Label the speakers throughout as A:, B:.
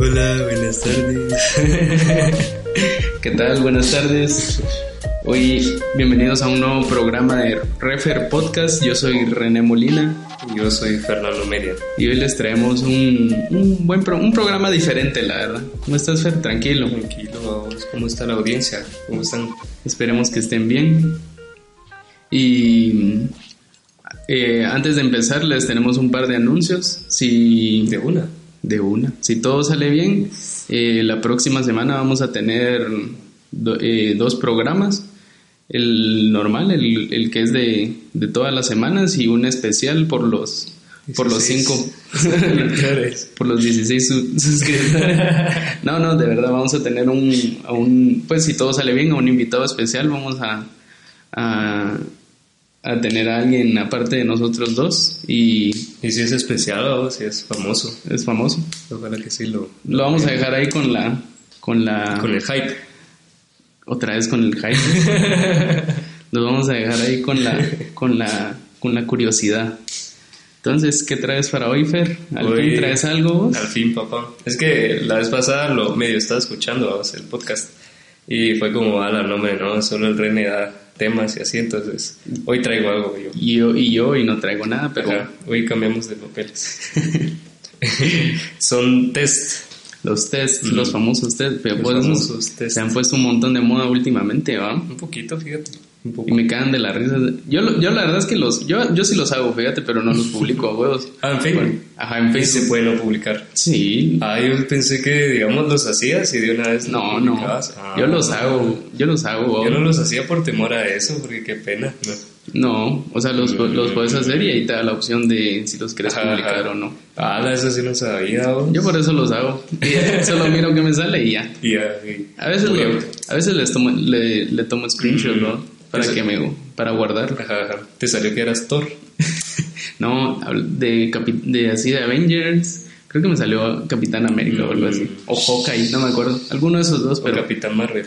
A: Hola, buenas tardes. ¿Qué tal? Buenas tardes. Hoy bienvenidos a un nuevo programa de Refer Podcast. Yo soy René Molina.
B: Y Yo soy Fernando Media.
A: Y hoy les traemos un, un buen pro- un programa diferente, la verdad. ¿Cómo estás, Fer? Tranquilo.
B: Tranquilo, vamos. ¿Cómo está la audiencia? ¿Cómo están?
A: Esperemos que estén bien. Y eh, antes de empezar, les tenemos un par de anuncios. Si
B: De una.
A: De una. Si todo sale bien, eh, la próxima semana vamos a tener do- eh, dos programas. El normal, el, el que es de, de todas las semanas y un especial por los, por los
B: Dieciséis.
A: cinco. por los 16 su- suscriptores. No, no, de verdad vamos a tener un, a un, pues si todo sale bien, a un invitado especial. Vamos a, a, a tener a alguien aparte de nosotros dos y
B: Y si es especial, vamos, si es famoso.
A: es famoso.
B: Ojalá que sí lo.
A: Lo vamos a dejar ahí con la. Con la.
B: Con el hype.
A: Otra vez con el hype. Lo vamos a dejar ahí con la. Con la. Con la curiosidad. Entonces, ¿qué traes para hoy, Fer? ¿Al
B: Hoy-
A: fin traes algo vos?
B: Al fin, papá. Es que la vez pasada lo medio estaba escuchando, vamos, el podcast. Y fue como, ala, no, hombre, no, solo el René da temas y así. Entonces, hoy traigo algo yo.
A: Y yo, y yo, y no traigo nada, pero.
B: Ajá, hoy cambiamos de papeles. Son test.
A: Los tests,
B: Ujú.
A: los famosos tests, pero
B: Los
A: pues,
B: famosos
A: se
B: tests.
A: han puesto un montón de moda últimamente, ¿va?
B: Un poquito, fíjate. Un
A: Y
B: poco.
A: me cagan de la risa. Yo, lo- yo la verdad es que los, yo, yo sí los hago, fíjate, pero no los publico a huevos.
B: Ah, en Facebook.
A: Ajá, en
B: Y se
A: Facebook.
B: puede no publicar.
A: Sí,
B: Ah, yo pensé que, digamos, los hacías y de una vez los
A: No, no.
B: publicabas. Ah.
A: Yo los hago, yo los hago.
B: Yo no los hacía por temor a eso, porque qué pena. ¿no?
A: No, o sea, los, los puedes hacer y ahí te da la opción de si los quieres
B: Ajá,
A: publicar
B: ajá.
A: o no.
B: Ah, no, eso sí no sabía. ¿no?
A: Yo por eso los hago. Y solo miro que me sale y ya.
B: Y ahí-
A: A veces, lo- a veces les tomo, le, le tomo screenshot,
B: Mm.
A: ¿no? Para
B: Eso-
A: que me, para guardarlo.
B: Ajá, ajá. Te salió que eras Thor.
A: No, habl- de, capi- de así de Avengers. Creo que me salió Capitán América o algo así. O Hawkeye, no me acuerdo. Alguno de esos dos,
B: Mm. O
A: pero
B: Capitán Marvel.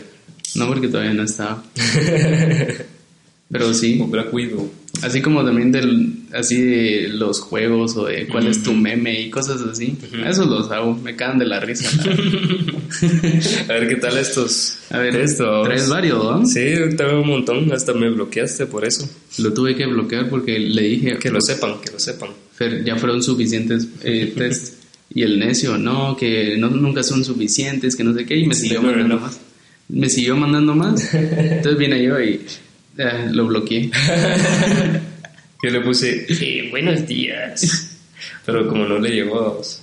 A: no porque todavía no estaba. Pero sí.
B: O Black Widow.
A: Así como también del, así de los juegos o de cuál es tu meme y cosas así. Esos los hago, me cagan de la risa. la verdad.
B: A ver qué tal estos.
A: A ver,
B: Esto.
A: traes varios, ¿no?
B: Sí, te veo un montón. Hasta me bloqueaste por eso.
A: Lo tuve que bloquear porque le dije
B: Que lo sepan, que lo sepan.
A: Fer, ya fueron suficientes eh, test. Y el necio, no, que no, nunca son suficientes, que no sé qué, y me
B: Sí,
A: siguió
B: pero
A: mandando
B: no.
A: más. Me siguió mandando más. Entonces vine yo y eh, lo bloqueé.
B: Yo le puse, eh, buenos días. Pero como no le llegó a vos,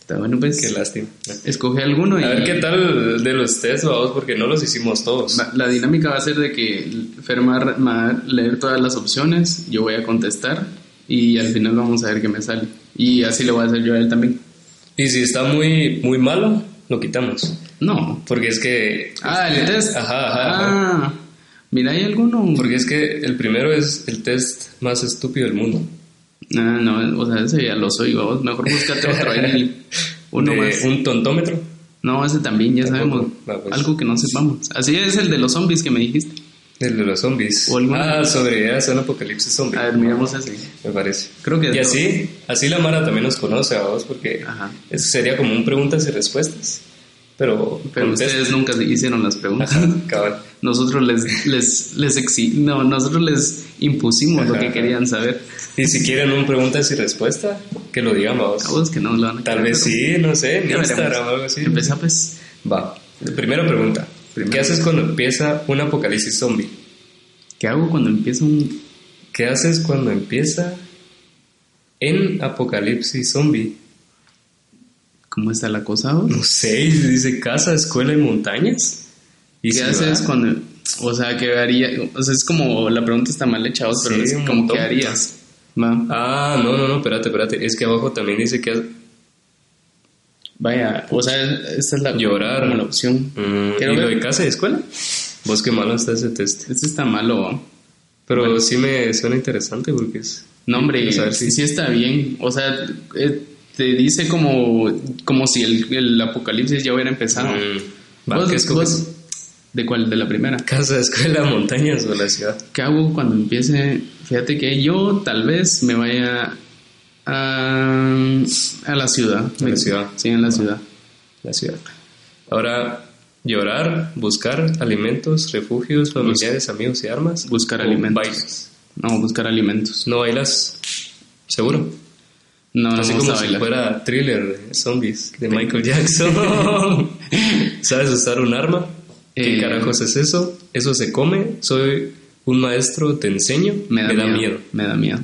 A: Está bueno, pues.
B: qué lástima.
A: Escoge alguno y.
B: A ver qué tal de los test, vamos, porque no los hicimos todos.
A: La, la dinámica va a ser de que Fer me va a- me va a leer todas las opciones, yo voy a contestar y al final vamos a ver qué me sale. Y así lo voy a hacer yo a él también.
B: Y si está muy, muy malo, lo quitamos.
A: No.
B: Porque es que.
A: Ah, el test.
B: Ajá, ajá, ajá.
A: Ah, mira, ¿hay alguno?
B: Porque es que el primero es el test más estúpido del mundo.
A: Ah, no, o sea, ese ya lo soy, vamos. Mejor búscate otro ahí. Uno
B: De
A: más.
B: Un tontómetro.
A: No, ese también, ya
B: Tampoco.
A: sabemos.
B: Va, pues.
A: Algo que no sepamos. Así es el de los zombies que me dijiste.
B: El de los zombies.
A: O alguno.
B: Ah, sobreviverías a un apocalipsis zombie.
A: A ver, miramos ese.
B: Me parece.
A: Creo que-
B: Y así, así la Mara también nos conoce a vos, porque
A: Ajá.
B: eso sería como un preguntas y respuestas. Pero,
A: Pero
B: con test.
A: ustedes nunca hicieron las preguntas.
B: Ajá, cabal.
A: Nosotros les, les, les exi- no, nosotros les impusimos lo que
B: Ajá.
A: querían saber.
B: Y si quieren un preguntas y respuesta, que lo digan vos.
A: A vos que no lo van a
B: Tal
A: querer,
B: vez
A: pero
B: sí, no sé, en
A: ya veremos.
B: Instagram o algo así.
A: Empezá, pues.
B: Va. Primera pregunta. ¿Qué
A: Primera.
B: haces cuando empieza un apocalipsis zombie?
A: ¿Qué hago cuando empieza un...?
B: ¿Qué haces cuando empieza en apocalipsis zombie?
A: ¿Cómo está la cosa? vos?
B: No sé, y dice casa, escuela y montañas.
A: ¿Y qué
B: se
A: haces
B: va.
A: cuando.? O sea, ¿qué haría? O sea, es como. La pregunta está mal hecha, vos, pero
B: Sí,
A: es
B: un
A: como,
B: montón.
A: ¿qué harías? Va.
B: Ah, no, no, no, espérate, espérate. Es que abajo también dice que...
A: Vaya, o sea, esta es la.
B: Llorar.
A: Como la opción.
B: Mm,
A: Quiero
B: ¿Y lo
A: ver.
B: de casa y escuela? Vos qué malo está ese test.
A: Este está malo, ¿va?
B: Pero sí me suena interesante porque es...
A: No, hombre,
B: Quiero saber
A: sí,
B: si-
A: sí está bien. O sea, eh, te dice como, como si el, el apocalipsis ya hubiera empezado.
B: Mm, va,
A: Ah. ¿Vos-
B: ¿qué escoges?
A: vos- ¿De cuál? ¿De la primera?
B: Casa, escuela, montañas o la ciudad.
A: ¿Qué hago cuando empiece? Fíjate que yo tal vez me vaya a, a la ciudad.
B: A la ciudad.
A: Sí, en la ciudad.
B: La ciudad. Ahora, llorar, buscar alimentos, refugios, familiares, amigos y armas.
A: Buscar
B: o
A: alimentos.
B: bailas.
A: No, buscar alimentos.
B: No bailas, seguro.
A: No, no
B: Así
A: me gusta
B: como si
A: bailar.
B: fuera thriller de zombies de Michael Jackson. ¿Sabes usar un arma? ¿Qué
A: Eh.
B: carajos es eso? ¿Eso se come? ¿Soy un maestro? ¿Te enseño?
A: Me da, miedo, Me da miedo.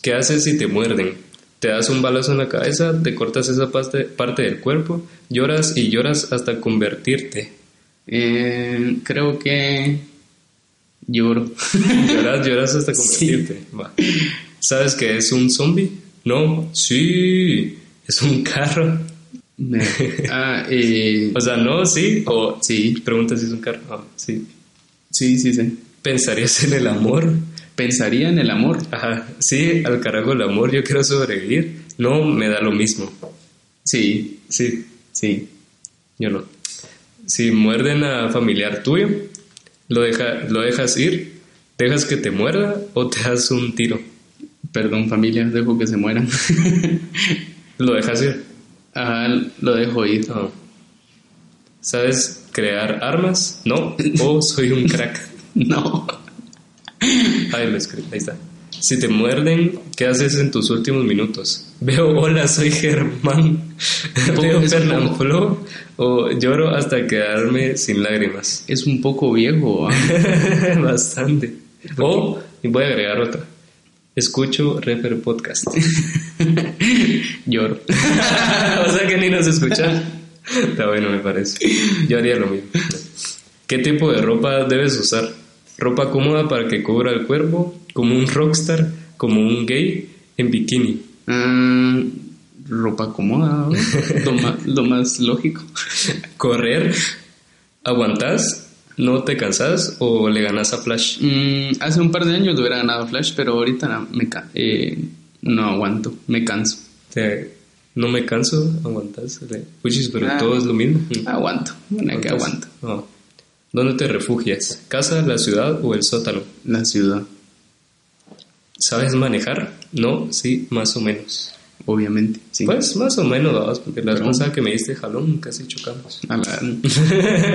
B: ¿Qué haces si te muerden? Te das un balazo en la cabeza, te cortas esa parte, parte del cuerpo, lloras y lloras hasta convertirte.
A: Eh, creo que lloro.
B: Lloras, lloras hasta convertirte. Va. ¿Sabes que es un zombie? No, sí, es un carro.
A: Me- ah, eh,
B: O sea, no, sí, o
A: sí,
B: Pregunta si es un carro. Ah, sí.
A: sí, sí, sí.
B: ¿Pensarías en el amor?
A: Pensaría en el amor.
B: Ajá. Sí, al carajo el amor, yo quiero sobrevivir. No, me da lo mismo.
A: Sí,
B: Sí,
A: sí.
B: yo no. Si muerden a familiar tuyo, lo, deja, lo dejas ir, dejas que te muerda o te das un tiro.
A: Perdón, familia, dejo que se mueran.
B: Lo dejas ir.
A: Ajá, lo dejo ir.
B: Ah. ¿Sabes crear armas? No. O soy un crack.
A: No.
B: Ahí lo escribí, ahí está. Si te muerden, ¿qué haces en tus últimos minutos? Veo, hola, soy Germán.
A: poco-
B: Veo
A: es un poco-
B: Fernanfloo o lloro hasta quedarme sin lágrimas.
A: Es un poco viejo. ah.
B: Bastante. O, y voy a agregar otra. Escucho Reper Podcast.
A: Lloro.
B: o sea que ni nos escuchan. Está bueno, me parece. Yo haría lo mismo. ¿Qué tipo de ropa debes usar? Ropa cómoda para que cubra el cuerpo, como un rockstar, como un gay, en bikini.
A: Ah, ropa cómoda. ¿no? Lo ma- lo más lógico.
B: Correr, aguantás, no te cansás o le ganás a Flash.
A: Mm, hace un par de años hubiera ganado Flash, pero ahorita no, me ca- eh, no aguanto, me canso.
B: Te- no me canso, aguantás. le- Puchis, pero
A: Ah.
B: todo es lo mismo.
A: Aguanto, bueno, que aguanto.
B: Aguantás. No. ¿Dónde te refugias? ¿Casa, la ciudad o el sótano?
A: La ciudad,
B: ¿Sabes manejar? No, sí, más o menos.
A: obviamente. Sí.
B: Pues más o menos, vamos, porque la
A: Pero-
B: cosa que me diste jalón casi chocamos.
A: A la-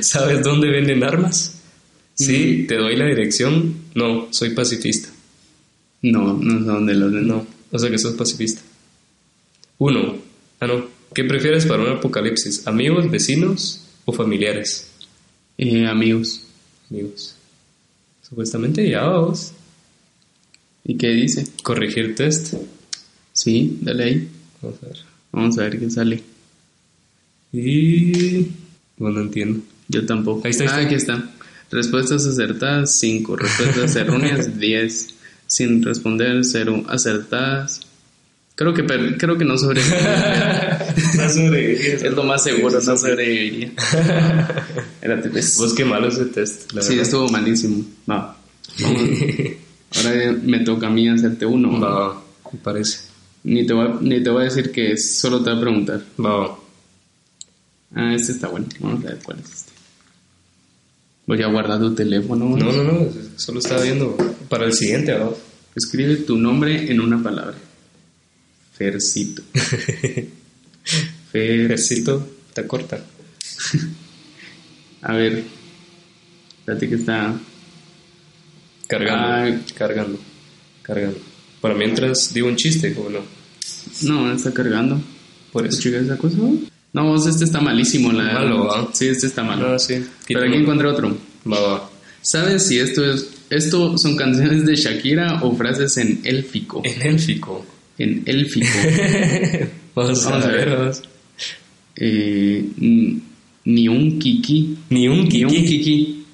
B: ¿Sabes dónde venden armas?
A: Mm.
B: Sí, te doy la dirección. No, soy pacifista.
A: no, no sé dónde lo no.
B: No, o sea que sos pacifista. Uno, ah no, ¿qué prefieres para un apocalipsis? ¿Amigos, vecinos o familiares?
A: Eh, amigos.
B: Amigos. Supuestamente ya vos.
A: ¿Y qué dice?
B: Corregir test.
A: Sí, dale ahí.
B: Vamos a ver.
A: Vamos a ver qué sale.
B: Y... Bueno, no entiendo.
A: Yo tampoco.
B: Ahí está, ahí
A: Ah,
B: está.
A: aquí está. Respuestas acertadas, 5. Respuestas erróneas, 10. Sin responder, 0. Acertadas. Creo que, per- creo que no sobreviviría. es lo más seguro, no sobreviviría. Espérate, pues.
B: Vos qué malo ese test. La
A: Sí,
B: verdad.
A: estuvo malísimo. Va. Ahora me toca a mí hacerte uno.
B: Va, va, me parece.
A: Ni, te voy a, ni te voy a decir que es, solo te voy a preguntar.
B: Va, va.
A: Ah, este está bueno. Vamos a ver cuál es este. Voy a guardar tu teléfono.
B: No, no, no, solo estaba viendo para el siguiente, vamos.
A: Escribe tu nombre en una palabra. Fercito. Fer...
B: Ejercito, te corta.
A: A ver. Espérate que está...
B: Cargando,
A: Ay.
B: cargando, cargando. Para mientras digo un chiste, ¿o no?
A: No, está cargando.
B: Por eso.
A: ¿Escuchas esa cosa? No, vos, este está malísimo. La...
B: Malo, ¿ah?
A: Sí, este está malo.
B: Ah, sí.
A: Pero aquí encontré otro.
B: Va, va.
A: ¿Sabes si esto es... Esto son canciones
B: Eh.
A: de Shakira o frases en élfico?
B: En élfico.
A: En élfico.
B: Vamos,
A: Vamos
B: a,
A: a
B: ver,
A: ver.
B: vamos.
A: Eh, n- ni un kiki.
B: Ni un
A: Ni un
B: kiki.
A: kiki.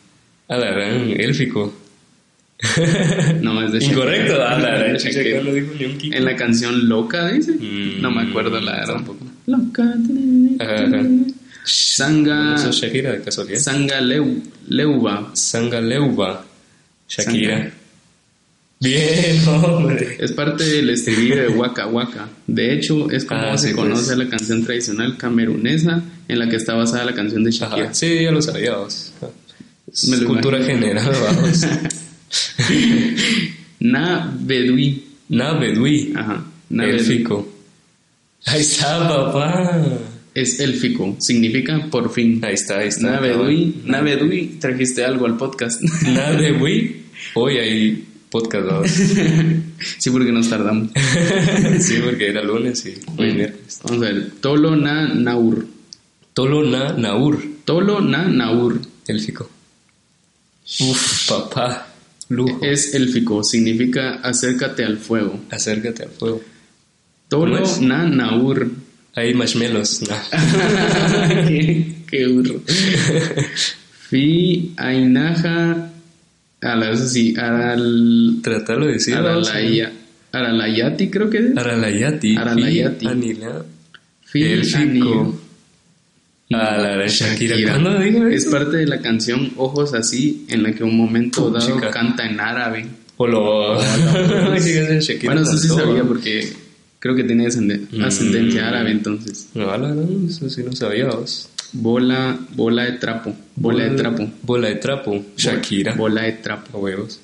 B: A la gran, élfico.
A: No, es de Shakira.
B: Incorrecto, a la gran.
A: Shakira.
B: Shakira no dijo ni un kiki.
A: En la canción Loca, dice.
B: Mm,
A: no me acuerdo la verdad.
B: tampoco.
A: Loca.
B: Ajá, ajá.
A: Sanga.
B: ¿No sos Shakira de casualidad?
A: Sanga Leu- Leuba.
B: Sangaleuba. Shakira.
A: Sanga.
B: Bien, hombre.
A: Es parte del estribillo de Waka Waka. De hecho, es como
B: Ah,
A: se
B: sí, pues.
A: conoce la canción tradicional camerunesa en la que está basada la canción de Shakira.
B: Ajá. Sí, ya lo sabía vos.
A: Me lo
B: cultura
A: imagino.
B: general, vamos.
A: Na Bedui.
B: Na Bedouí.
A: Ajá. Na Bedui.
B: Élfico. Ahí está, papá.
A: Es élfico. Significa por fin.
B: Ahí está, ahí está.
A: Na Bedui. Na Bedui. Trajiste algo al podcast.
B: Na Bedouí. Hoy hay podcast, vamos.
A: sí, porque nos tardamos.
B: sí, porque era lunes y hoy es miércoles.
A: Vamos a ver. Tolo na naur.
B: Tolo na naur,
A: Tolo na naur.
B: élfico. Uf, papá, Eh, lujo.
A: Es élfico. Significa acércate al fuego.
B: Acércate al fuego.
A: Tolo
B: ¿Cómo es?
A: na naur.
B: Hay marshmallows. nah.
A: qué, qué burro. Fi ainaja a la eso sí, aral
B: Tratalo de decir. vamos a ver.
A: aralaya, aralayati creo que es.
B: Aralayati.
A: Aralayati.
B: Fi Anila.
A: Fi
B: Élfico.
A: anil-
B: A la Shakira.
A: Shakira.
B: ¿Cuándo digo
A: Es
B: eso?
A: parte de la canción Ojos así en la que un momento dado
B: Puchica.
A: canta en árabe.
B: O lo.
A: bueno, eso sí sabía porque creo que tiene ascende-
B: ¿ah? Mm.
A: ascendencia árabe entonces.
B: No, a la gran, eso sí no sabía vos.
A: Bola, bola de trapo, bola de trapo.
B: Bola de trapo. Shakira.
A: Bola de trapo.
B: A huevos.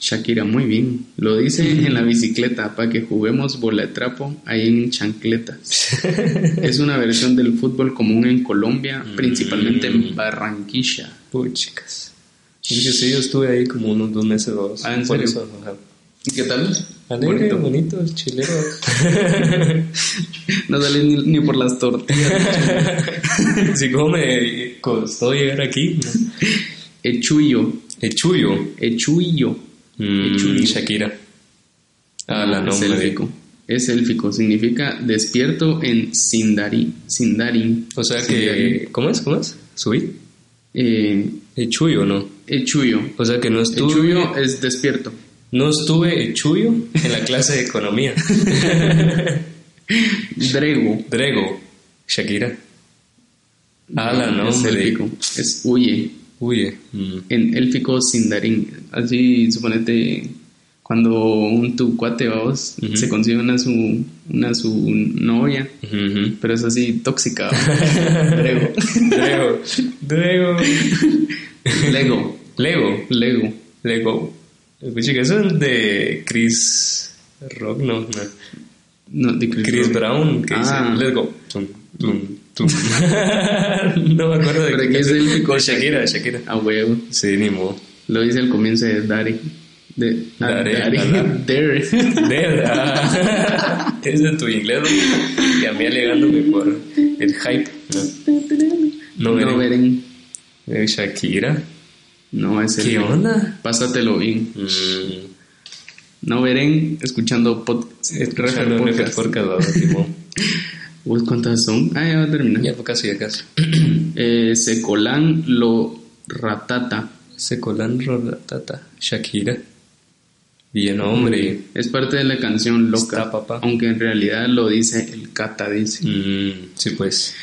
A: Shakira, muy bien. Lo dice en la bicicleta, para que juguemos bola de trapo ahí en chancletas. es una versión del fútbol común en Colombia,
B: Mm.
A: principalmente en Barranquilla.
B: Uy, chicas. Es que sí, yo estuve ahí como unos dos meses o dos.
A: Ah, ¿en
B: Por
A: serio?
B: eso, ajá.
A: ¿Y qué tal?
B: Alegre,
A: Bonito.
B: bonito, chilero.
A: No sale ni, ni por las tortillas.
B: sí, como me costó llegar aquí. ¿no?
A: Echuyo,
B: Echuyo.
A: echuyo.
B: Mm,
A: Echuyo.
B: Shakira. Ah, la
A: es
B: nombre.
A: élfico. Es élfico, significa despierto en Sindari. Sindari.
B: O sea
A: Sindari.
B: que. ¿Cómo es? ¿Cómo es? Subí.
A: Eh,
B: Echuyo, ¿no?
A: echuyo.
B: O sea que no estuve.
A: Echuyo es despierto.
B: No estuve echuyo en la clase de economía.
A: Drego.
B: Drego. Shakira. Ah, la
A: Es
B: nombre.
A: élfico. Es huye.
B: Uy, mm.
A: en élfico sindarín. Así, suponete, cuando un tu cuate va vos,
B: Ujú.
A: se consigue una su, una su novia,
B: Ujú, ujú.
A: pero es así tóxica. ¿va? Lego.
B: Drego. Drego.
A: Lego.
B: Lego.
A: Lego.
B: Lego. Pues chica, eso es de Chris Rock, no, no.
A: No, de Chris,
B: Chris
A: Rock.
B: Brown, que dice
A: Ah.
B: Let's go. Tum, tum, tum. no me acuerdo de
A: Pero aquí es
B: canción.
A: élfico,
B: De Shakira, de Shakira.
A: A huevo.
B: Sí, ni modo.
A: Lo dice al comienzo de Dari. De, ah,
B: Daddy,
A: Daddy.
B: ajá.
A: Dare.
B: Dead. ah. es de tu inglés, ¿no? Y a mí alegándome por el hype. No,
A: No,
B: no, veré.
A: Beren.
B: Eh, Shakira.
A: No, es
B: ¿Qué
A: el.
B: onda?
A: Pásatelo bien.
B: Mm.
A: No verén escuchando pod-
B: Escuchando
A: Refer
B: Refer
A: Podcast.
B: Podcast, ¿no? Simón.
A: ¿Vos cuántas son? Ah, ya va a terminar.
B: Ya, pues casi, ya casi.
A: Eh, Secolán lo ratata.
B: Secolan Rolatata, Shakira. Bien, hombre.
A: Es parte de la canción loca,
B: Está, papá.
A: aunque en realidad lo dice el cata, dice.
B: Mm, sí, pues.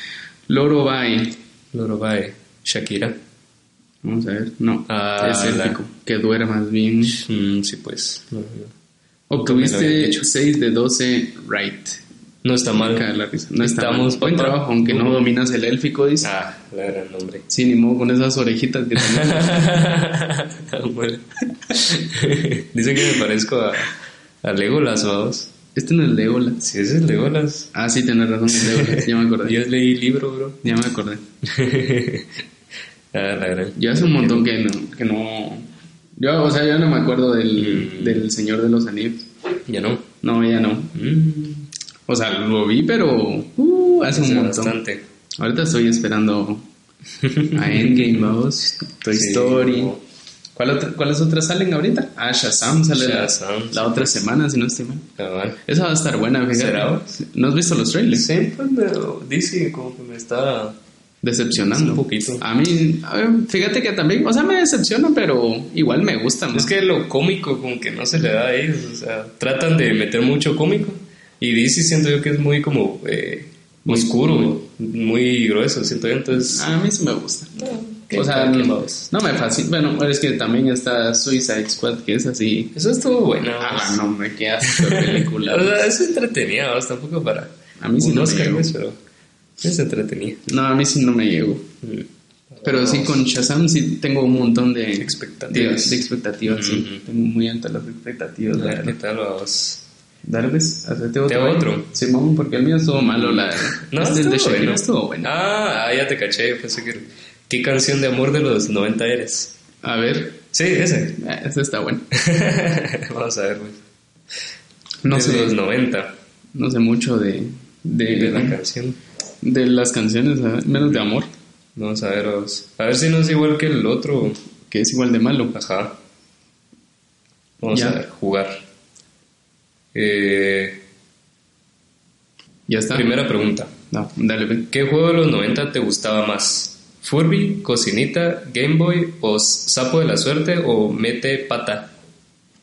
A: Loro Bae.
B: Lorobae, Shakira.
A: Vamos a ver, no,
B: Ah,
A: es
B: la-
A: élfico, que duermas bien.
B: Mm, sí, pues. No, no. me lo habían
A: Obtuviste
B: dicho.
A: 6 de 12 right.
B: No está mal.
A: Cae la risa. No está
B: Estamos,
A: mal. Buen
B: papá.
A: trabajo, aunque no dominas el élfico, dice.
B: Ah, la gran nombre.
A: Sí, ni modo con esas orejitas que tenés.
B: Bueno. Dicen que me parezco a, a Legolas, vamos.
A: Este no es Legolas.
B: Sí, ese es Legolas.
A: Ah, sí, tenés razón, es Legolas, ya me acordé.
B: Yo leí libro, bro.
A: Ya me acordé.
B: ah, la gran.
A: Yo hace un montón que no, que no. Yo, o sea, yo no me acuerdo del,
B: Mm.
A: del Señor de los Anillos.
B: Ya no.
A: No, ya no.
B: Mm,
A: O sea, lo vi, pero uh, hace un
B: hace
A: montón.
B: bastante.
A: Ahorita estoy esperando a Endgame, vamos. Toy
B: Sí,
A: Story.
B: o
A: ¿Cuál otra- ¿Cuáles otras salen ahorita? Ah, Shazam sale la-
B: Shazam.
A: La, otra semana, si no estoy mal.
B: Cabal.
A: Esa va a estar buena, fíjate.
B: ¿Será?
A: ¿No has visto los trailers?
B: Sí, pues me lo dice como que me está...
A: Decepcionando.
B: Un poquito.
A: A mí, a ver, fíjate que también, o sea, me decepciona, pero igual me gusta. ¿no?
B: Es que lo cómico como que no se le da a ellos, o sea, tratan de meter mucho cómico y DC siento yo que es muy como eh, oscuro, muy grueso, siento yo, entonces...
A: a mí sí me gusta.
B: ¿qué
A: o sea,
B: tal, qué
A: no,
B: más?
A: no me fascina. Bueno, es que también está Suicide Squad, que es así.
B: Eso estuvo bueno.
A: Ah,
B: pues.
A: no me queda película.
B: O sea, es entretenida, ¿vos? tampoco para...
A: A mí sí
B: un
A: no me
B: Oscar,
A: llegó.
B: pues, pero es entretenida.
A: No, a mí sí no me llegó. Pero sí, con Shazam sí tengo un montón de
B: Expectativas.
A: de- de expectativas, sí.
B: Ujú.
A: Tengo muy altas las expectativas.
B: A
A: la
B: ver, ¿Qué
A: verdad.
B: tal vamos?
A: Darles, hacete otro.
B: ¿Te hago otro?
A: Simón, porque el mío estuvo malo. La,
B: No,
A: este
B: estuvo
A: de Shakira
B: bueno.
A: estuvo bueno.
B: Ah, ah, ya te caché, yo pensé que... ¿Qué canción de amor de los 90 eres?
A: A ver,
B: Sí, ese.
A: ah, ese está bueno.
B: Vamos a ver, güey.
A: No
B: de los
A: sé,
B: 90
A: no sé mucho de, de,
B: de la canción.
A: de las canciones, ah, menos de amor,
B: Vamos a ver, vamos. A ver si no es igual que el otro.
A: que es igual de malo. pues.
B: Ajá. Vamos
A: Ya.
B: a ver, jugar. Eh,
A: Ya está.
B: primera pregunta.
A: No, dale, ve.
B: ¿Qué juego de los 90 te gustaba más? ¿Furby, Cocinita, Game Boy o Sapo de la Suerte o Mete Pata?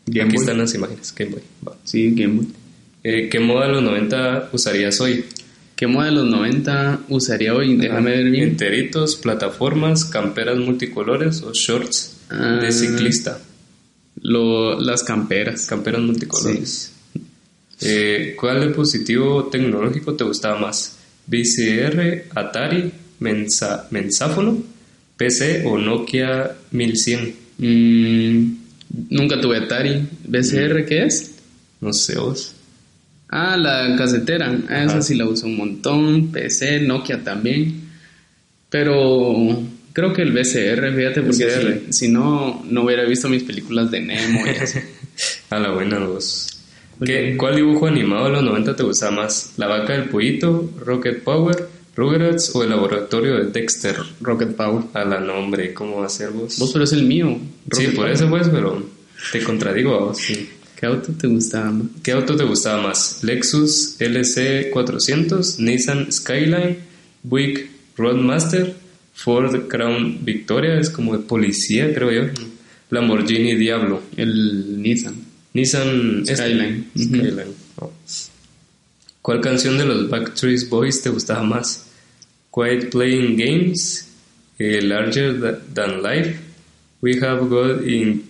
A: Game
B: Aquí
A: Boy.
B: están las imágenes, Game Boy. va.
A: Sí, Game Boy.
B: Eh, ¿Qué moda de los 90 usarías hoy?
A: ¿Qué moda de los 90 usaría hoy? Déjame ver bien.
B: Enteritos, plataformas, camperas multicolores o shorts
A: Ah.
B: de ciclista.
A: Lo, las camperas.
B: Camperas multicolores. Eh, ¿Cuál dispositivo tecnológico te gustaba más? VCR, Atari, mensa- mensáfono, PC o Nokia 1100.
A: Mm, nunca tuve Atari. ¿BCR qué es?
B: No sé vos.
A: Ah, la casetera. Ah, esa
B: Ajá.
A: sí la uso un montón. PC, Nokia también. Pero creo que el BCR, fíjate, porque
B: BCR.
A: si, si no, no hubiera visto mis películas de Nemo y así.
B: A la buena vos. ¿Qué- ¿Cuál dibujo animado de los 90 te gustaba más? ¿La vaca del pollito, Rocket Power, Rugrats o el laboratorio de Dexter?
A: Rocket Power.
B: A la nombre, ¿cómo va a ser vos?
A: Vos, pero es el mío.
B: sí,
A: Rocket
B: por
A: Power.
B: eso pues, pero te contradigo a vos. sí.
A: ¿Qué auto te gustaba más?
B: ¿Qué auto te gustaba más? ¿Lexus LC400, Nissan Skyline, Buick Roadmaster, Ford Crown Victoria? Es como de policía, creo yo. Lamborghini Diablo,
A: El Nissan.
B: Nissan este,
A: Skyline.
B: Skyline. Oh. ¿Cuál canción de los Backstreet Boys te gustaba más? Quiet Playing Games, eh, Larger Tha- Than Life, We Have Got It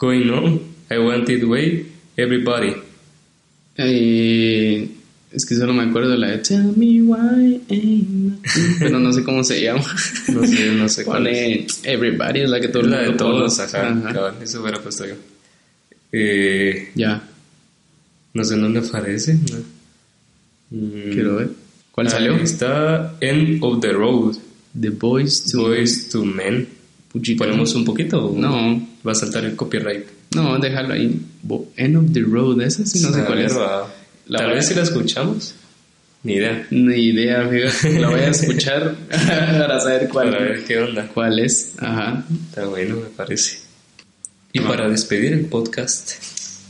B: Going On, I Want It Way, Everybody.
A: Eh, es que solo me acuerdo de la de Tell me why ain't nothing", pero no sé cómo se llama.
B: No sé, no sé cuál es.
A: Pone Everybody, es la que todo el
B: la de
A: mundo
B: todos,
A: conoce.
B: ajá,
A: Ajá.
B: cabal, eso hubiera puesto yo. Eh,
A: Ya,
B: no sé, ¿no le parece? No. Mm,
A: quiero ver. ¿Cuál
B: ahí
A: salió?
B: Está End of the Road,
A: The Boys to
B: Boys to Men.
A: Puchito.
B: ¿Ponemos un poquito? o
A: No,
B: Va a saltar el copyright.
A: no, déjalo ahí. Bo- End of the Road, esa sí no sé
B: A
A: cuál
B: ver,
A: es.
B: va.
A: La
B: Tal
A: voy a-
B: vez si la escuchamos. Ni idea.
A: Ni idea, fíjate. La voy a escuchar para saber cuál,
B: Para ver qué onda.
A: cuál es. Ajá.
B: Está bueno, me parece. Y para despedir el podcast,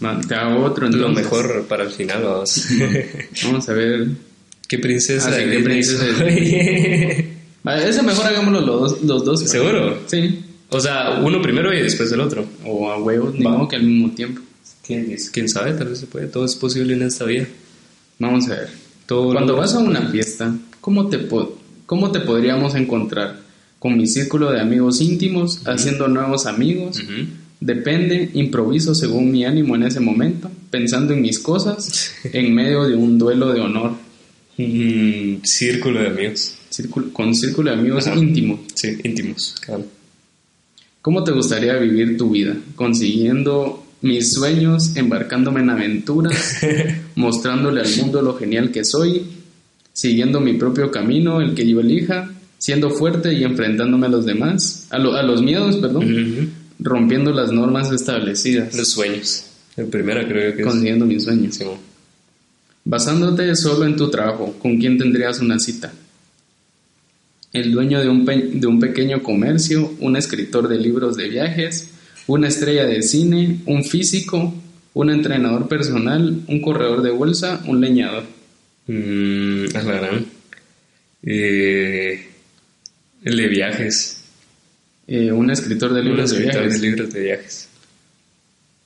A: No, te hago otro.
B: lo
A: entonces.
B: mejor para el final, vamos.
A: Vamos a ver.
B: ¿Qué princesa?
A: Ah, sí,
B: de
A: ¿qué
B: Disney
A: princesa de
B: soy?
A: A ver, Ese mejor hagámoslo los, dos- los dos.
B: ¿Seguro?
A: Sí.
B: O sea, uno primero y después el otro.
A: O a huevos, ni modo que al mismo tiempo.
B: ¿Quién, dice? ¿Quién sabe? Tal vez se puede. Todo es posible en esta vida.
A: Vamos a ver.
B: Todo
A: Cuando
B: lo-
A: vas a una fiesta, ¿cómo te, po- cómo te podríamos encontrar? Con mi círculo de amigos íntimos, haciendo nuevos amigos.
B: Ujú.
A: Depende, improviso según mi ánimo en ese momento, pensando en mis cosas, en medio de un duelo de honor.
B: Mm, círculo de amigos.
A: Círculo- con círculo de amigos
B: Ajá.
A: íntimos.
B: Sí, íntimos. claro.
A: ¿Cómo te gustaría vivir tu vida? Consiguiendo mis sueños, embarcándome en aventuras, mostrándole al mundo lo genial que soy, siguiendo mi propio camino, el que yo elija, siendo fuerte y enfrentándome a los demás, a, lo- a los miedos, perdón,
B: Ujú.
A: rompiendo las normas establecidas,
B: Los sueños. El primero creo que es.
A: consiguiendo mis sueños.
B: Simón.
A: Basándote solo en tu trabajo, ¿con quién tendrías una cita? El dueño de un, pe- de un pequeño comercio, un escritor de libros de viajes, una estrella de cine, un físico, un entrenador personal, un corredor de bolsa, un leñador.
B: Mm, a la gran. Eh, el de viajes.
A: Eh, un escritor de libros
B: Los
A: de
B: escritores de
A: viajes.
B: libros de viajes.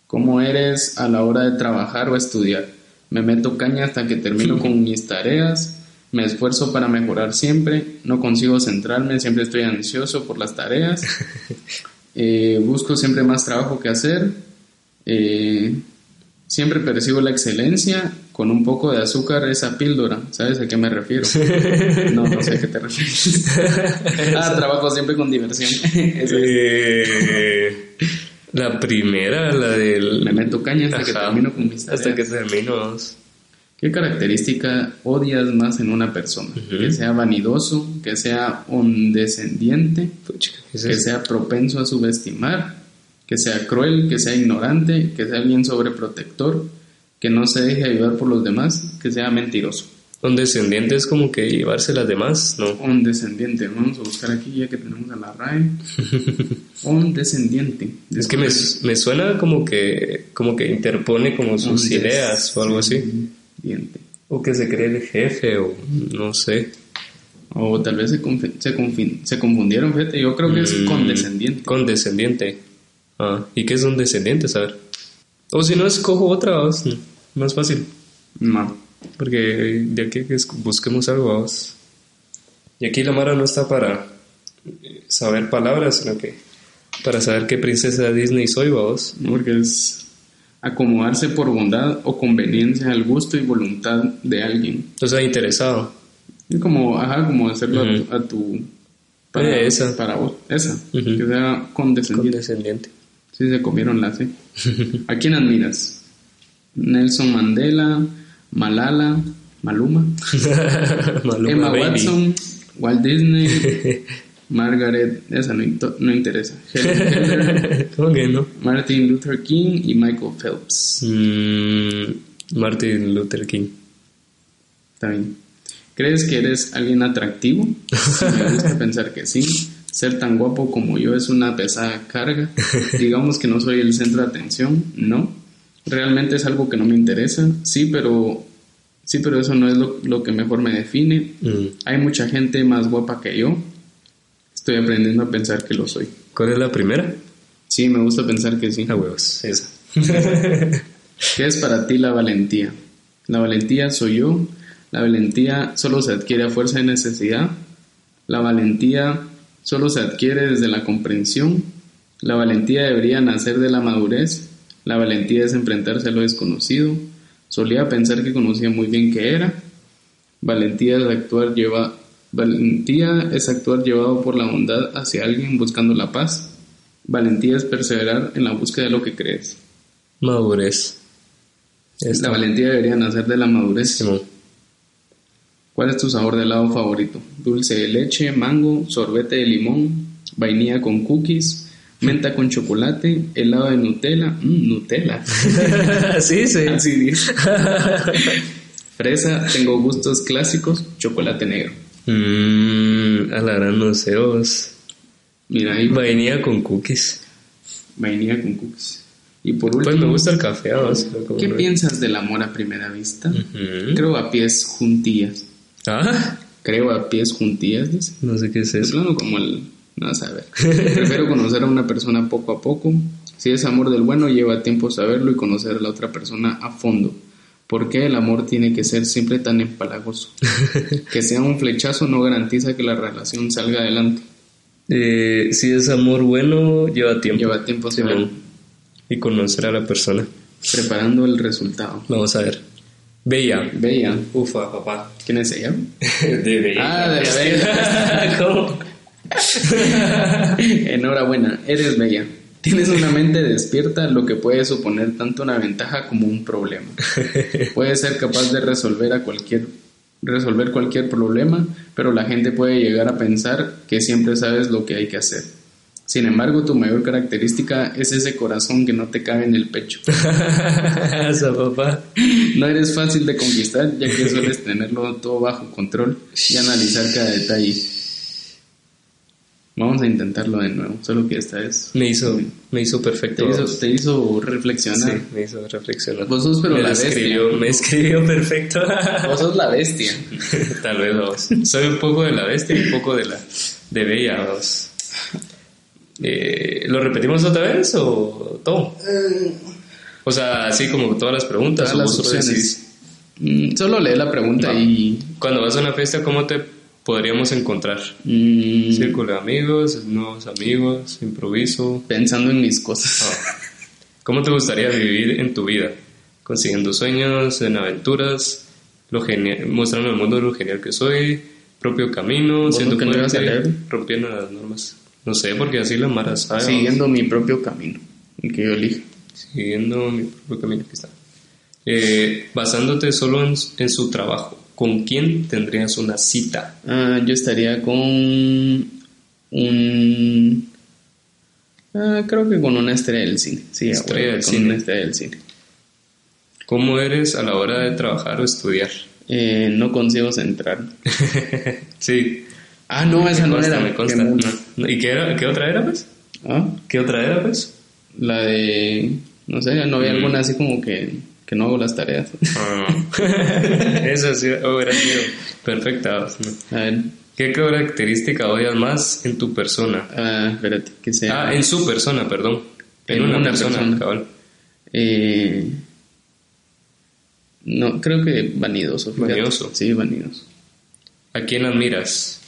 A: ¿Cómo eres a la hora de trabajar o estudiar? Me meto caña hasta que termino con mis tareas. Me esfuerzo para mejorar siempre. No consigo centrarme. Siempre estoy ansioso por las tareas. Eh, busco siempre más trabajo que hacer. Eh, siempre percibo la excelencia. Con un poco de azúcar, esa píldora. ¿Sabes a qué me refiero? No, no sé a qué te refieres. Ah, trabajo siempre con diversión. Eso es.
B: Eh, la primera, la del.
A: Me meto caña hasta que
B: Ajá.
A: termino con mis tareas.
B: Hasta que termino. vamos.
A: ¿Qué característica odias más en una persona?
B: Ujú.
A: Que sea vanidoso, que sea condescendiente,
B: Puchica, ¿qué es
A: que
B: eso?
A: sea propenso a subestimar, que sea cruel, que sea ignorante, que sea bien sobreprotector, que no se deje ayudar por los demás, que sea mentiroso.
B: Condescendiente es como que llevarse las demás, ¿no?
A: Condescendiente, vamos a buscar aquí ya que tenemos a la RAE. Condescendiente.
B: Es que me, me suena como que, como que interpone como sus
A: Condescendiente.
B: ideas o algo así. O que se cree el jefe o no sé.
A: O tal vez se, confi- se, confin- se confundieron, fíjate, yo creo que es
B: Mm,
A: condescendiente.
B: Condescendiente. Ah, ¿y qué es un descendiente? A ver. O si no, escojo otra, vamos. Más fácil.
A: No.
B: Porque de aquí que es- busquemos algo, vamos. Y aquí la Mara no está para eh, saber palabras, sino que para saber qué princesa Disney soy, vamos.
A: ¿no? porque es acomodarse por bondad o conveniencia al gusto y voluntad de alguien.
B: O sea, interesado.
A: Es como, ajá, como hacerlo a tu-
B: Ujú.
A: a, tu, para,
B: Eh, esa.
A: para vos, esa,
B: Ujú.
A: que sea condescendiente.
B: Condescendiente.
A: Sí, se comieron la C. ¿A quién admiras? Nelson Mandela, Malala, Maluma,
B: Maluma
A: Emma
B: Baby.
A: Watson, Walt Disney, Margaret, esa no, into- no interesa, Helen Keller,
B: ¿Cómo que no?
A: Martin Luther King y Michael Phelps.
B: Mm, Martin Luther King.
A: Está bien. ¿Crees que eres alguien atractivo? Me gusta pensar que sí. Ser tan guapo como yo es una pesada carga. Digamos que no soy el centro de atención, no. Realmente es algo que no me interesa, sí, pero sí, pero eso no es lo, lo que mejor me define.
B: Mm,
A: Hay mucha gente más guapa que yo. Estoy aprendiendo a pensar que lo soy.
B: ¿Cuál es la primera?
A: Sí, me gusta pensar que sí.
B: A huevos, esa.
A: ¿Qué es para ti la valentía? La valentía soy yo. La valentía solo se adquiere a fuerza de necesidad. La valentía solo se adquiere desde la comprensión. La valentía debería nacer de la madurez. La valentía es enfrentarse a lo desconocido. Solía pensar que conocía muy bien que era. Valentía es actuar lleva valentía es actuar llevado por la bondad hacia alguien buscando la paz. Valentía es perseverar en la búsqueda de lo que crees.
B: Madurez.
A: La valentía debería nacer de la madurez.
B: Simón.
A: ¿Cuál es tu sabor de helado favorito? Dulce de leche, mango, sorbete de limón, vainilla con cookies, menta con chocolate, helado de Nutella, mm, Nutella,
B: sí, sí.
A: Así dice. fresa, tengo gustos clásicos, chocolate negro.
B: Mm, a la gran no sé, vos.
A: Mira ahí,
B: Vainilla con cookies.
A: vainilla con cookies. Y por
B: Pues me
A: último,
B: gusta el café, vos. como-
A: ¿qué piensas del amor a primera vista?
B: Ujú.
A: Creo a pies juntillas.
B: Ah,
A: Creo a pies juntillas, dice.
B: no sé qué es
A: Es
B: eso.
A: plano como el... No, saber. Prefiero conocer a una persona poco a poco. Si es amor del bueno, lleva tiempo saberlo y conocer a la otra persona a fondo. ¿Por qué el amor tiene que ser siempre tan empalagoso? Que sea un flechazo no garantiza que la relación salga adelante.
B: Eh, si es amor bueno, lleva tiempo.
A: Lleva tiempo saberlo.
B: Simón. Y conocer a la persona.
A: Preparando el resultado.
B: Vamos a ver. Bella.
A: Bella.
B: Ufa, papá.
A: ¿Quién es ella?
B: De Bella.
A: Ah, de la bella.
B: ¿Cómo?
A: Enhorabuena, eres bella. Tienes una mente despierta, lo que puede suponer tanto una ventaja como un problema. Puedes ser capaz de resolver a cualquier resolver cualquier problema, pero la gente puede llegar a pensar que siempre sabes lo que hay que hacer. Sin embargo, tu mayor característica es ese corazón que no te cabe en el pecho.
B: Esa, papá.
A: No eres fácil de conquistar, ya que sueles tenerlo todo bajo control y analizar cada detalle. Vamos a intentarlo de nuevo, solo que esta vez.
B: Me hizo, me hizo perfecto.
A: Te hizo, te hizo reflexionar.
B: Sí, me hizo reflexionar.
A: Vos sos, pero
B: me
A: la bestia.
B: escribió, me escribió perfecto.
A: Vos sos la bestia.
B: Tal vez vamos. Soy un poco de la bestia y un poco de la de bella vamos. Eh, ¿Lo repetimos otra vez o todo? O sea, así como todas las preguntas.
A: Todas
B: o
A: las
B: vos solo
A: opciones.
B: decís,
A: Mm, Solo lee la pregunta
B: Va.
A: y.
B: Cuando vas a una fiesta, ¿cómo te podríamos encontrar?
A: mm,
B: Círculo de amigos, nuevos amigos, improviso.
A: pensando en mis cosas.
B: Ah. ¿Cómo te gustaría vivir en tu vida? Consiguiendo sueños, en aventuras, lo genial, mostrando al mundo lo genial que soy, propio camino,
A: ¿Vos
B: siendo
A: nunca le ibas a
B: fuerte,
A: leer?
B: rompiendo las normas. No sé, porque así la Mara sabe.
A: Siguiendo mi propio camino, el que yo elijo.
B: Siguiendo mi propio camino, aquí está. Eh, basándote solo en, en su trabajo, ¿con quién tendrías una cita?
A: Ah, yo estaría con un. ah, creo que con una estrella del cine. Sí, a
B: Estrella
A: huevo,
B: del
A: con
B: cine.
A: una estrella del cine.
B: ¿Cómo eres a la hora de trabajar o estudiar?
A: Eh, no consigo centrar.
B: sí,
A: Ah, no, esa
B: me
A: no
B: consta,
A: era.
B: me consta.
A: Qué mu-
B: No. ¿Y qué, era, qué otra era, pues?
A: Ah,
B: ¿Qué otra era, pues?
A: La de. No sé, no había
B: Mm.
A: alguna así como que, que no hago las tareas.
B: Ah, Esa sí oh, hubiera sido perfecta. ¿no?
A: A ver,
B: ¿Qué característica odias más en tu persona?
A: ah, espérate, que sea.
B: Ah, en su persona, perdón. En,
A: En
B: una,
A: una
B: persona,
A: persona.
B: cabal.
A: eh, no, creo que vanidoso. fíjate.
B: Vanidoso.
A: Sí, vanidoso.
B: ¿A quién admiras?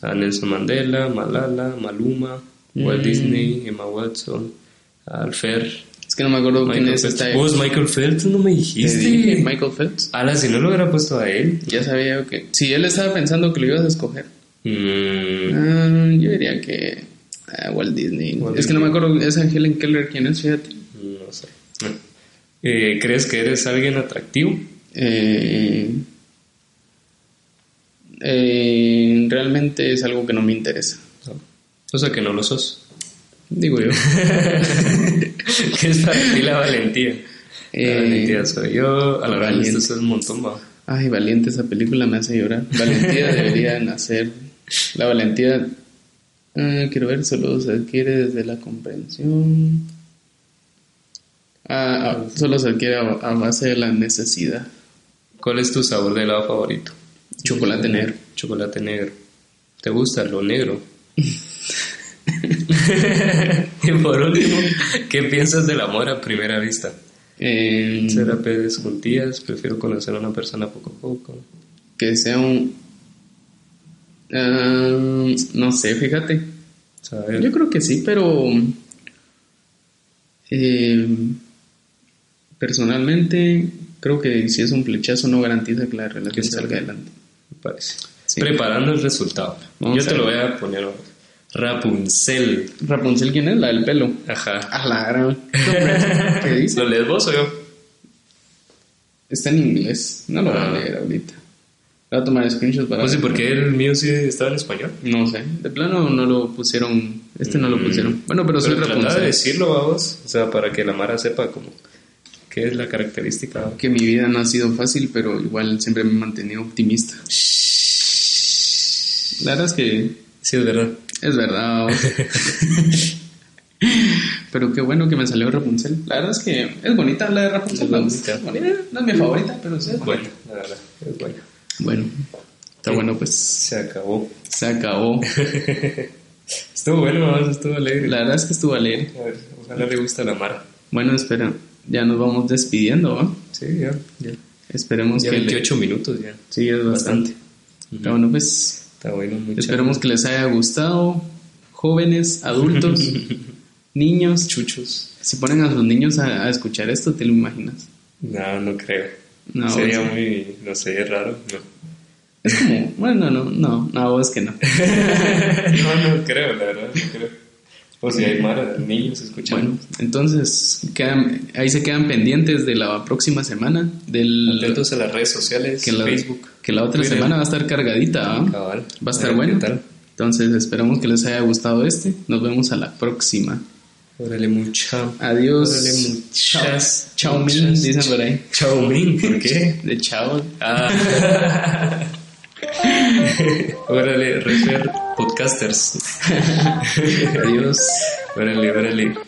B: A Nelson Mandela, Malala, Maluma, Walt
A: Mm.
B: Disney, Emma Watson, Alfer.
A: Es que no me acuerdo quién
B: Michael
A: es
B: Phelps.
A: esta.
B: Vos, Michael Phelps, no me
A: Te dije,
B: dijiste.
A: Michael Phelps.
B: Ala, si no lo hubiera puesto a él.
A: Ya sabía que. Si él estaba pensando que lo ibas a escoger.
B: Mm,
A: Ah, yo diría que. ah, Walt Disney.
B: Walt
A: es que no me acuerdo esa Helen Keller quién es, fíjate.
B: no sé. Ah. Eh, ¿Crees que eres alguien atractivo?
A: Eh, eh, realmente es algo que no me interesa.
B: O sea que no lo sos.
A: Digo yo.
B: que es para ti la valentía.
A: Eh,
B: la valentía soy yo. A la verdad,
A: valiente.
B: esto es un montón, va.
A: Ay, valiente, esa película me hace llorar. Valentía debería nacer. La valentía. ah, quiero ver, solo se adquiere desde la comprensión. Ah, ah, solo se adquiere a, a base de la necesidad.
B: ¿Cuál es tu sabor de helado favorito?
A: Chocolate negro.
B: Chocolate negro. ¿Te gusta lo negro? y por último, ¿qué piensas del amor a primera vista?
A: Eh,
B: ¿Será pedes juntillas? Prefiero conocer a una persona poco a poco.
A: que sea un. Ah, no sé, fíjate.
B: Saber.
A: Pues Yo creo que sí, pero eh, personalmente creo que si es un flechazo no garantiza que la relación
B: Que
A: salga
B: salga.
A: adelante.
B: me parece.
A: Sí.
B: Preparando el resultado.
A: Vamos
B: Yo
A: a
B: te lo voy
A: ver.
B: a poner ahora. Rapunzel.
A: Rapunzel, ¿quién es? La del pelo.
B: Ajá.
A: A la gran. No, pero, ¿Qué dice?
B: ¿Lo lees vos o yo?
A: Está en inglés. No lo voy a
B: Ah.
A: leer ahorita. Voy a tomar screenshots para.
B: No sé por qué el mío sí estaba en español.
A: No sé. De plano no lo pusieron. Este no lo
B: Mm.
A: pusieron. Bueno, pero soy
B: Pero trataba de
A: Rapunzel.
B: decirlo a vos, o sea, para que la Mara sepa como qué es la característica.
A: Que mi vida no ha sido fácil, pero igual siempre me he mantenido optimista. La verdad es que
B: Sí, es verdad.
A: Es verdad. vos. pero qué bueno que me salió Rapunzel. La verdad es que es bonita la de Rapunzel.
B: Es
A: me gusta.
B: bonita.
A: Bonita, No es mi favorita, pero sí es bonita.
B: Bueno, la verdad, es bueno.
A: Bueno, está bueno, pues
B: Se acabó.
A: se acabó.
B: Estuvo bueno, vamos, estuvo alegre.
A: La verdad es que estuvo alegre.
B: A ver, ojalá le guste a la Mara.
A: Bueno, espera, ya nos vamos despidiendo, ¿va?
B: Sí, ya. Ya,
A: Esperemos
B: Ya
A: que. le-
B: 28 minutos ya.
A: Sí, es bastante. Está bueno, pues
B: Está bueno, muchas
A: esperemos que les haya gustado. Jóvenes, adultos, niños.
B: chuchos.
A: Si ponen a sus niños a, a escuchar esto, ¿te lo imaginas?
B: No, no creo.
A: No,
B: Sería
A: o sea-
B: muy, no sé, raro. No.
A: Es como, bueno, no, no, no, es que no.
B: no, no creo, la verdad, no creo. O si hay Mara, niños escuchando.
A: Eh, Bueno, entonces quedan, ahí se quedan pendientes de la próxima semana, del
B: Atentos a las redes sociales,
A: que la,
B: Facebook,
A: que la otra
B: Twitter.
A: semana va a estar cargadita, ¿ah?
B: cabal.
A: va a estar
B: ver
A: bueno.
B: ¿Qué tal?
A: Entonces esperamos que les haya gustado este. Nos vemos a la próxima.
B: Órale, mucha. Órale,
A: Adiós.
B: muchas.
A: Chao, min,
B: muchas.
A: dicen por ahí.
B: Chao, Min, ¿por qué?
A: De chao.
B: Ah. Órale, refer. podcasters.
A: Adiós.
B: Órale, órale.